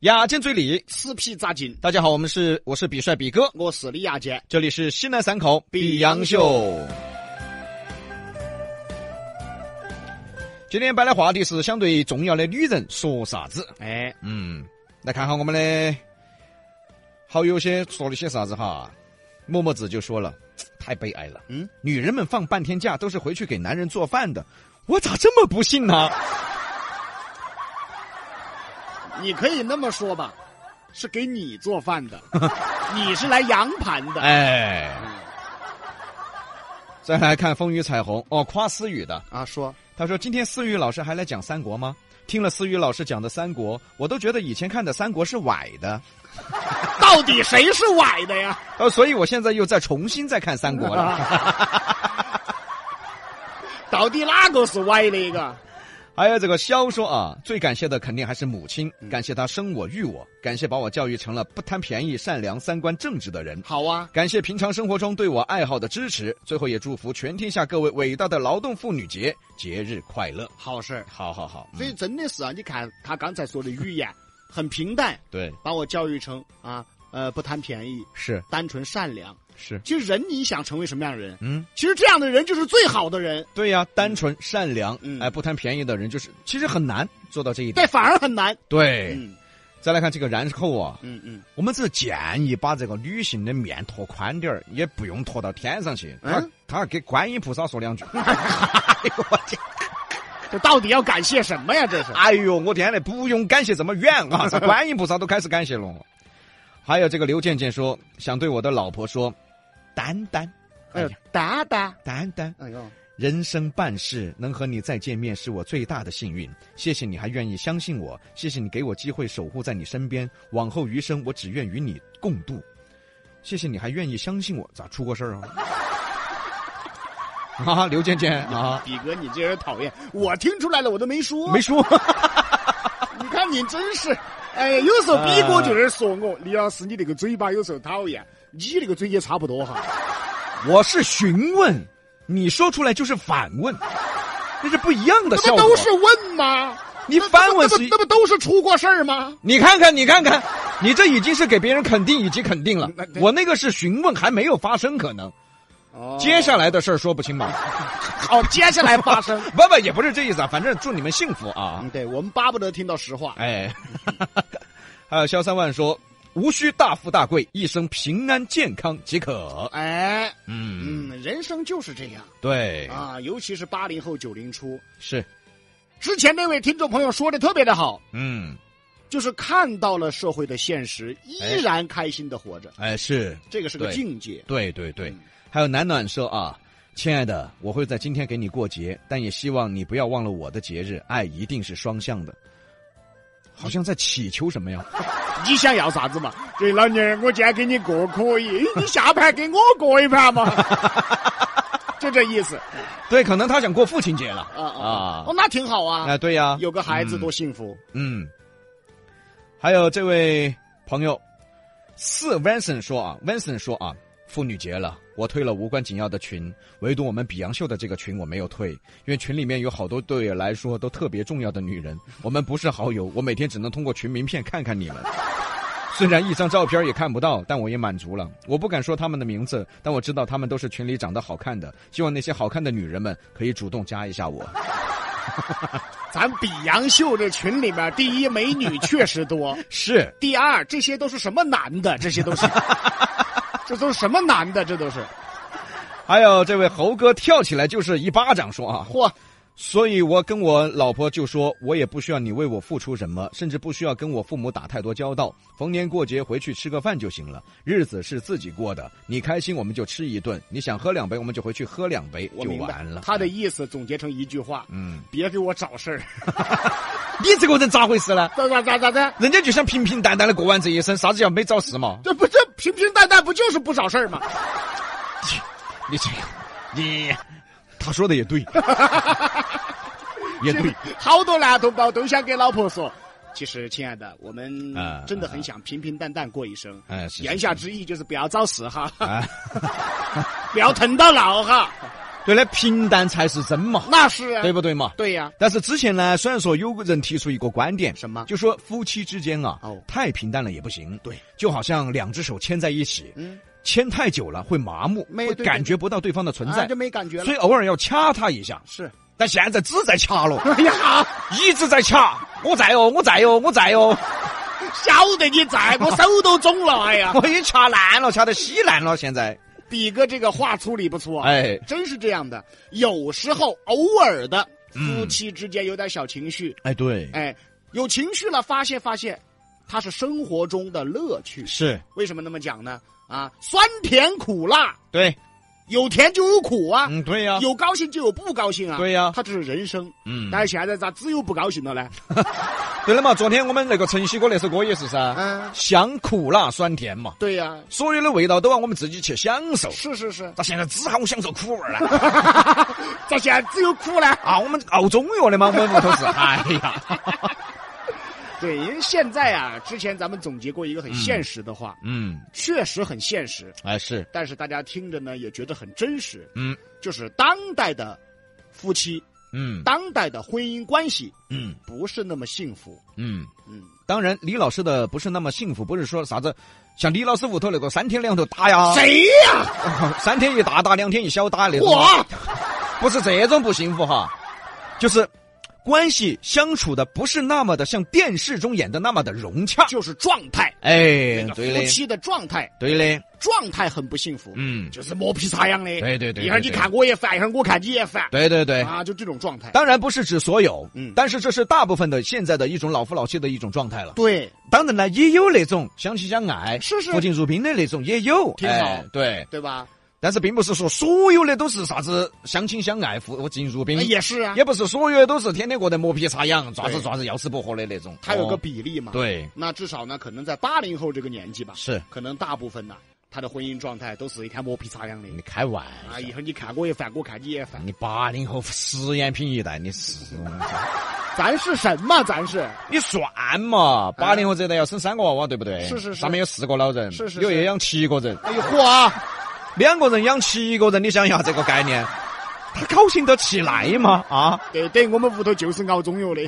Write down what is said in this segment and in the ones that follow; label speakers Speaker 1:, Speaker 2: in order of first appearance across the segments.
Speaker 1: 牙尖嘴里，
Speaker 2: 死皮扎筋。
Speaker 1: 大家好，我们是我是比帅比哥，
Speaker 2: 我是李亚健，
Speaker 1: 这里是西南三口
Speaker 2: 比洋秀。
Speaker 1: 今天摆的话题是相对重要的女人说啥子？
Speaker 2: 哎，
Speaker 1: 嗯，来看看我们的好友些说了些啥子哈。默默子就说了，太悲哀了，
Speaker 2: 嗯，
Speaker 1: 女人们放半天假都是回去给男人做饭的，我咋这么不信呢？
Speaker 2: 你可以那么说吧，是给你做饭的， 你是来扬盘的。
Speaker 1: 哎，再来看风雨彩虹哦，夸思雨的，
Speaker 2: 啊，说
Speaker 1: 他说今天思雨老师还来讲三国吗？听了思雨老师讲的三国，我都觉得以前看的三国是崴的，
Speaker 2: 到底谁是崴的呀？
Speaker 1: 呃，所以我现在又在重新再看三国了。
Speaker 2: 到底哪个是崴的一个？
Speaker 1: 还有这个肖说啊，最感谢的肯定还是母亲，感谢她生我育我，感谢把我教育成了不贪便宜、善良、三观正直的人。
Speaker 2: 好啊，
Speaker 1: 感谢平常生活中对我爱好的支持，最后也祝福全天下各位伟大的劳动妇女节节日快乐！
Speaker 2: 好事儿。
Speaker 1: 好好好，嗯
Speaker 2: 所以真的是啊，你看他刚才说的语言很平淡，
Speaker 1: 对，
Speaker 2: 把我教育成啊呃不贪便宜，
Speaker 1: 是
Speaker 2: 单纯善良。
Speaker 1: 是，
Speaker 2: 其实人你想成为什么样的人？
Speaker 1: 嗯，
Speaker 2: 其实这样的人就是最好的人，
Speaker 1: 对呀、单纯善良，
Speaker 2: 嗯
Speaker 1: 哎，不贪便宜的人，就是其实很难做到这一
Speaker 2: 但
Speaker 1: 点。
Speaker 2: 反而很难。
Speaker 1: 对，
Speaker 2: 嗯
Speaker 1: 再来看这个，然后啊，
Speaker 2: 嗯嗯，
Speaker 1: 我们只建议把这个女性的面拓宽点儿，也不用拓到天上去。
Speaker 2: 嗯
Speaker 1: 他他还给观音菩萨说 两句。
Speaker 2: 这到底要感谢什么呀？这是
Speaker 1: 哎呦，我天嘞，不用感谢这么远 啊，这观音菩萨都开始感谢了。还有这个刘健健说，想对我的老婆说，丹丹，哎呀，，
Speaker 2: 呃达达，
Speaker 1: 丹丹，
Speaker 2: 哎呦，
Speaker 1: 人生半世能和你再见面是我最大的幸运，谢谢你还愿意相信我，谢谢你给我机会守护在你身边，往后余生我只愿与你共度。谢谢你还愿意相信我，咋出过事儿啊？ 啊，刘健健啊，
Speaker 2: 比哥，你这人讨厌，我听出来了，我都没说。
Speaker 1: 没，说。
Speaker 2: 你看你真是，哎，有时候比哥就在那儿说我，李老师，你那个嘴巴有时候讨厌，你那个嘴也差不多
Speaker 1: 啊
Speaker 2: 哈。
Speaker 1: 我是询问，你说出来就是反问，那是不一样的
Speaker 2: 那
Speaker 1: 效
Speaker 2: 不
Speaker 1: 果。
Speaker 2: 都是问吗？
Speaker 1: 你
Speaker 2: 那
Speaker 1: 翻问
Speaker 2: 那不
Speaker 1: 是
Speaker 2: 那不都是出过事儿吗？
Speaker 1: 你看看，你看看，你这已经是给别人肯定以及肯定了
Speaker 2: 那。那
Speaker 1: 我那个是询问，还没有发生，可能
Speaker 2: 哦
Speaker 1: 接下来的事儿说不清嘛。
Speaker 2: 好，接下来发生。
Speaker 1: 不不，也不是这意思啊，反正祝你们幸福啊
Speaker 2: 嗯，！对我们巴不得听到实话。
Speaker 1: 哎， 还有肖三万说，无需大富大贵，一生平安健康即可。
Speaker 2: 哎，
Speaker 1: 嗯，
Speaker 2: 嗯，人生就是这样
Speaker 1: 对，
Speaker 2: 啊，尤其是八零后、九零初。
Speaker 1: 是，
Speaker 2: 之前那位听众朋友说的特别的好，
Speaker 1: 嗯，
Speaker 2: 就是看到了社会的现实，依然开心的活着，
Speaker 1: 哎，是，
Speaker 2: 这个是个
Speaker 1: 对
Speaker 2: 境界。
Speaker 1: 对对对
Speaker 2: 嗯，
Speaker 1: 还有暖暖说啊，亲爱的，我会在今天给你过节，但也希望你不要忘了我的节日，爱一定是双向的。好像在祈求什么 呀？
Speaker 2: 你想要啥子嘛？这老娘儿，我今天给你过可以，你下盘给我过一盘 嘛，就这意思
Speaker 1: 对，可能他想过父亲节了
Speaker 2: 啊
Speaker 1: 啊
Speaker 2: 啊！哦，那挺好啊，
Speaker 1: 啊！对呀，
Speaker 2: 有个孩子多幸福。
Speaker 1: 嗯。还有这位朋友，四 Vincent 说啊，Vincent 说啊，妇女节了，我退了无关紧要的群，唯独我们比洋秀的这个群我没有退，因为群里面有好多对我来说都特别重要的女人，我们不是好友，我每天只能通过群名片看看你们。 虽然一张照片也看不到，但我也满足了。我不敢说她们的名字，但我知道她们都是群里长得好看的。希望那些好看的女人们可以主动加一下我。
Speaker 2: 咱比洋秀这群里面，第一美女确实 多，
Speaker 1: 是，
Speaker 2: 第二这些都是什么男的？这些 都是，这都是什么男的？这都是。
Speaker 1: 还有这位猴哥跳起来就是一巴掌说啊，
Speaker 2: 嚯，
Speaker 1: 所以我跟我老婆就说，我也不需要你为我付出什么，甚至不需要跟我父母打太多交道，逢年过节回去吃个饭就行了，日子是自己过的，你开心我们就吃一顿，你想喝两杯我们就回去喝两杯，
Speaker 2: 我
Speaker 1: 就
Speaker 2: 明白
Speaker 1: 完了。
Speaker 2: 他的意思总结成一句话：
Speaker 1: 嗯，
Speaker 2: 别给我找事儿。
Speaker 1: 你这个人咋回事呢？
Speaker 2: 咋咋咋咋的？
Speaker 1: 人家就想平平淡淡的过完这一生，啥子叫没找事嘛？
Speaker 2: 这不这平平淡淡不就是不找事儿吗？
Speaker 1: 你这个，你，他说的也对，也对。
Speaker 2: 好多男同胞都想给老婆说，其实亲爱的，我们
Speaker 1: 啊
Speaker 2: 真的很想平平淡淡过一生。
Speaker 1: 哎是是哎
Speaker 2: 言下之意就是不要找事哈，
Speaker 1: 啊，
Speaker 2: 不要疼到老哈。
Speaker 1: 对的，平淡才是真嘛，
Speaker 2: 那是啊
Speaker 1: 对不对嘛？
Speaker 2: 对呀、
Speaker 1: 但是之前呢，虽然说有个人提出一个观点，
Speaker 2: 什么
Speaker 1: 就说夫妻之间啊，
Speaker 2: 哦
Speaker 1: 太平淡了也不行。
Speaker 2: 对，
Speaker 1: 就好像两只手牵在一起，
Speaker 2: 嗯，
Speaker 1: 牵太久了会麻木，
Speaker 2: 没
Speaker 1: 会
Speaker 2: 对对
Speaker 1: 感觉不到对方的存
Speaker 2: 啊
Speaker 1: 在
Speaker 2: 就，没感觉了
Speaker 1: 所。以偶尔要掐他一下。
Speaker 2: 是，
Speaker 1: 但现在只在掐 了，
Speaker 2: 哎呀，
Speaker 1: 一直在掐，我在哦，我在哦，我在哦，
Speaker 2: 晓得你在，我手都肿了。哎 呀，
Speaker 1: 我已经掐烂了，掐得稀烂了，现在。
Speaker 2: 比哥这个话处理不错，哎，
Speaker 1: 哎，
Speaker 2: 真是这样的。有时候偶尔的
Speaker 1: 嗯
Speaker 2: 夫妻之间有点小情绪，
Speaker 1: 哎，对，
Speaker 2: 哎，有情绪了发泄发泄，它是生活中的乐趣。
Speaker 1: 是，
Speaker 2: 为什么那么讲呢？啊，酸甜苦辣，
Speaker 1: 对，
Speaker 2: 有甜就有苦啊，
Speaker 1: 嗯，对呀，
Speaker 2: 有高兴就有不高兴啊。
Speaker 1: 对呀
Speaker 2: 它这是人生。
Speaker 1: 嗯，
Speaker 2: 但是现在咋只有不高兴了呢？
Speaker 1: 对了嘛，昨天我们那个晨曦哥那首歌也是噻，
Speaker 2: 嗯，
Speaker 1: 香苦辣酸甜嘛，
Speaker 2: 对呀、
Speaker 1: 所有的味道都要我们自己去享受。
Speaker 2: 是是是，
Speaker 1: 咋现在只喊我享受苦味儿 了？
Speaker 2: 咋现在只有苦呢？
Speaker 1: 啊，我们熬中药的嘛，我们屋头 是。哎 呀，
Speaker 2: 对，因为现在啊，之前咱们总结过一个很现实的话，
Speaker 1: 嗯，
Speaker 2: 确实很现实，
Speaker 1: 哎是，
Speaker 2: 但是大家听着呢也觉得很真实，
Speaker 1: 嗯
Speaker 2: 就是当代的夫妻、
Speaker 1: 嗯
Speaker 2: 当代的婚姻关系
Speaker 1: 嗯
Speaker 2: 不是那么幸福。
Speaker 1: 嗯。
Speaker 2: 嗯，
Speaker 1: 当然，李老师的不是那么幸福，不是说啥子像李老师屋头那个三天两头打呀，
Speaker 2: 谁呀、
Speaker 1: 三天一大打，两天一小打那种，
Speaker 2: 我
Speaker 1: 不是这种不幸福哈，就是关系相处的不是那么的像电视中演的那么的融洽。
Speaker 2: 就是状态，
Speaker 1: 哎
Speaker 2: 那，个
Speaker 1: 对
Speaker 2: 夫
Speaker 1: 嘞，
Speaker 2: 妻的状态，
Speaker 1: 对嘞，
Speaker 2: 状态很不幸福，
Speaker 1: 嗯，
Speaker 2: 就是磨皮擦痒的。
Speaker 1: 对对对
Speaker 2: 一会儿
Speaker 1: 对
Speaker 2: 你
Speaker 1: 对
Speaker 2: 看我也烦，一会儿我看你也烦，
Speaker 1: 对对对。
Speaker 2: 啊，就这种状态。
Speaker 1: 当然不是指所有，
Speaker 2: 嗯
Speaker 1: 但是这是大部分的现在的一种老夫老妻的一种状态了。
Speaker 2: 对，
Speaker 1: 当然了，也有那种相亲相爱、
Speaker 2: 是是
Speaker 1: 扶贫如宾的那种，也有，
Speaker 2: 挺好
Speaker 1: 哎对，
Speaker 2: 对吧？
Speaker 1: 但是并不是说所有的都是啥子相亲相爱、扶贫如宾
Speaker 2: 那，也是啊，
Speaker 1: 也不是所有的都是天天过得磨皮擦痒、爪子
Speaker 2: 对
Speaker 1: 爪子、要死不活的那种。
Speaker 2: 它有个
Speaker 1: 哦
Speaker 2: 比例嘛。
Speaker 1: 对，
Speaker 2: 那至少呢，可能在八零后这个年纪吧，
Speaker 1: 是
Speaker 2: 可能大部分呢，他的婚姻状态都是一天磨皮擦痒的
Speaker 1: 你开玩
Speaker 2: 啊，
Speaker 1: 笑
Speaker 2: 以。后你看我也烦，我看你也烦，
Speaker 1: 你八零后实验品一代，你 是
Speaker 2: 咱是什么？咱是
Speaker 1: 你算嘛？八零后这代要生三个娃娃，对不对？
Speaker 2: 是是是
Speaker 1: 上面有四个老人，
Speaker 2: 是是
Speaker 1: 有
Speaker 2: 是
Speaker 1: 也养七个人，
Speaker 2: 哎呦嚯啊！
Speaker 1: 两个人养七个人，你想一下这个概念，他高兴得起来吗？啊，
Speaker 2: 对对，我们屋头就是熬中 药的，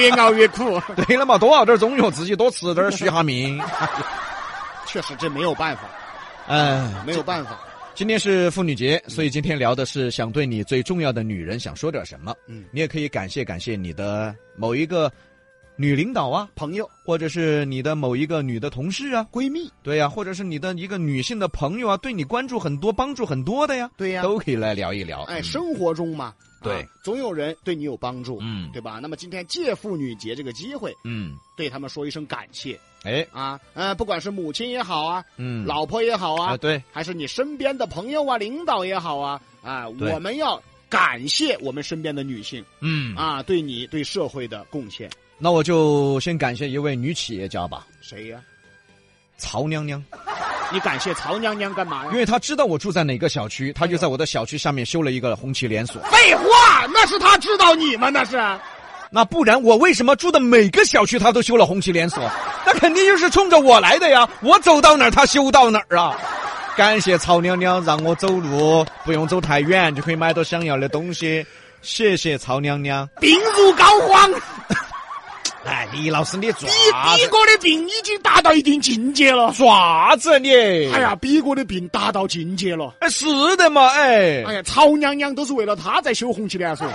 Speaker 2: 越熬越苦，
Speaker 1: 对了嘛，多熬点中药，自己多吃点儿，续下命。
Speaker 2: 确实这没有办法，
Speaker 1: 嗯，
Speaker 2: 没有办法。
Speaker 1: 今天是妇女节，所以今天聊的是想对你最重要的女人想说点什么。
Speaker 2: 嗯
Speaker 1: 你也可以感谢感谢你的某一个女领导啊，
Speaker 2: 朋友、
Speaker 1: 或者是你的某一个女的同事啊，
Speaker 2: 闺蜜，
Speaker 1: 对呀、或者是你的一个女性的朋友啊，对你关注很多、帮助很多的呀，
Speaker 2: 对呀
Speaker 1: 都可以来聊一聊。
Speaker 2: 哎，
Speaker 1: 嗯
Speaker 2: 生活中嘛，啊
Speaker 1: 对，
Speaker 2: 总有人对你有帮助，
Speaker 1: 嗯
Speaker 2: 对吧？那么今天借妇女节这个机会，
Speaker 1: 嗯，
Speaker 2: 对他们说一声感谢
Speaker 1: 哎，
Speaker 2: 啊，呃，不管是母亲也好啊，
Speaker 1: 嗯，
Speaker 2: 老婆也好啊
Speaker 1: 啊，，对，
Speaker 2: 还是你身边的朋友啊、领导也好啊，啊，
Speaker 1: 对
Speaker 2: 我们要感谢我们身边的女性
Speaker 1: 嗯
Speaker 2: 啊，对你对社会的贡献。
Speaker 1: 那我就先感谢一位女企业家吧，
Speaker 2: 谁呀、
Speaker 1: 曹娘娘，
Speaker 2: 你感谢曹娘娘干嘛
Speaker 1: 因
Speaker 2: 呀？
Speaker 1: 为她知道我住在哪个小区，她就在我的小区下面修了一个红旗连锁。
Speaker 2: 废话，那是他知道你吗？那是
Speaker 1: 嗯那不然我为什么住的每个小区她都修了红旗连锁？那肯定就是冲着我来的呀！我走到哪儿，她修到哪儿啊！感谢曹娘娘让我走路不用走太远就可以买到想要的东西，谢谢曹娘娘。
Speaker 2: 病入膏肓，
Speaker 1: 哎，李老师你爪
Speaker 2: 比比
Speaker 1: 子
Speaker 2: 哥的病已经达到一定境界了。
Speaker 1: 爪子你？
Speaker 2: 哎呀，比哥的病达到境界了。
Speaker 1: 哎，是的嘛，哎
Speaker 2: 哎呀，曹娘娘都是为了他在修红旗连锁。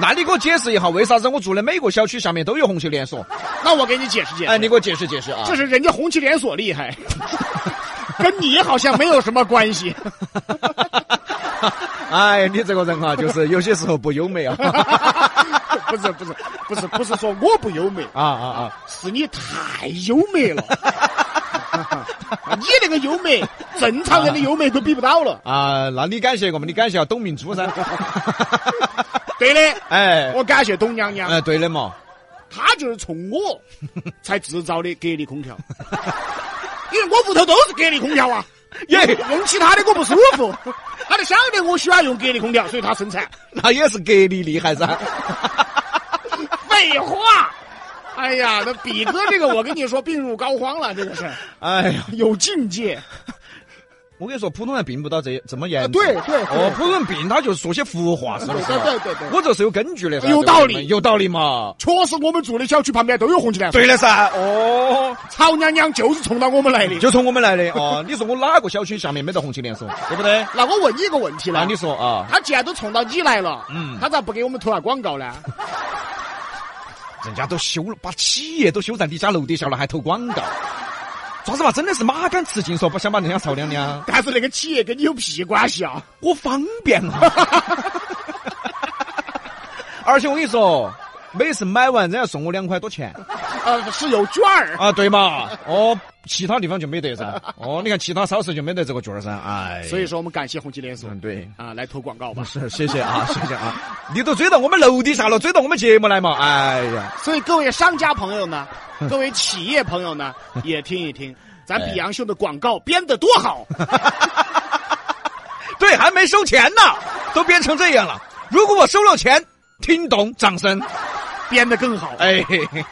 Speaker 1: 那你给我解释一下，为啥子我住的每个小区下面都有红旗连锁？
Speaker 2: 那我给你解释解释，
Speaker 1: 哎，你给我解释解释 啊！
Speaker 2: 这是人家红旗连锁 厉害，跟你好像没有什么关系。
Speaker 1: 哎，你这个人哈、就是有些时候不优 美啊！
Speaker 2: 不是不是不是不是说我不优美，
Speaker 1: 啊啊啊！
Speaker 2: 是你太优美了。你那个优美，正常人的优美都比不到了。
Speaker 1: 啊，那你感谢我们，你感谢下董明珠 噻。
Speaker 2: 对的，
Speaker 1: 哎，
Speaker 2: 我感谢董娘娘，
Speaker 1: 哎，对的 嘛，
Speaker 2: 她就是从我才制造的格力空调，因为我屋头都是格力空调啊，
Speaker 1: 耶，
Speaker 2: 用其他的我不舒 服，她就晓得我喜欢用格力空调，所以她生 产。
Speaker 1: 那也是格力厉害 噻。
Speaker 2: 废话，哎呀，那比 哥这个我跟你说，病入膏肓了，这个是
Speaker 1: 哎呀，
Speaker 2: 有境界。
Speaker 1: 我跟你说，普通人并不到这这么严
Speaker 2: 啊
Speaker 1: 重。
Speaker 2: 对对
Speaker 1: 哦，
Speaker 2: 对
Speaker 1: 普通人病他就说些胡话，是不是？
Speaker 2: 对对对对
Speaker 1: 我这是有根据的噻，
Speaker 2: 有
Speaker 1: 对不对
Speaker 2: 道理
Speaker 1: 有道理嘛。
Speaker 2: 确实我们住的小区旁边都有红旗兰花，
Speaker 1: 对的噻，哦，
Speaker 2: 曹娘娘就是冲到我们来的。
Speaker 1: 就从我们来的哦。 你说我哪个小区下面没得红旗连锁，对不对？
Speaker 2: 那我问你一个问题
Speaker 1: 那
Speaker 2: 了，
Speaker 1: 你说啊，
Speaker 2: 他既然都冲到你来了，
Speaker 1: 嗯
Speaker 2: 他咋不给我们投下广告呢？
Speaker 1: 人家都修了，把企业都修在你家楼底下了，还投广告，爪子嘛，真的是马杆吃尽说不想把人家曹娘娘，
Speaker 2: 但是那个企业跟你有屁关系啊？
Speaker 1: 我方便啊。 而且我跟你说，每次买完人家送我两块多钱。
Speaker 2: 呃，是有券儿。
Speaker 1: 啊，对嘛，哦，其他地方就没得噻。哦，你看其他超市就没得这个券儿噻，哎，
Speaker 2: 所以说，我们感谢红旗连锁
Speaker 1: 嗯，对，
Speaker 2: 啊，来投广告吧。
Speaker 1: 是谢谢啊， 谢谢啊，你都追到我们楼底下了，追到我们节目来嘛，哎呀，
Speaker 2: 所以各位商家朋友呢，各位企业朋友呢，也听一听咱比洋秀的广告编得多好。
Speaker 1: 对，还没收钱呢，都编成这样了。如果我收了钱，听懂掌声，
Speaker 2: 编得更好。
Speaker 1: 哎。嘿嘿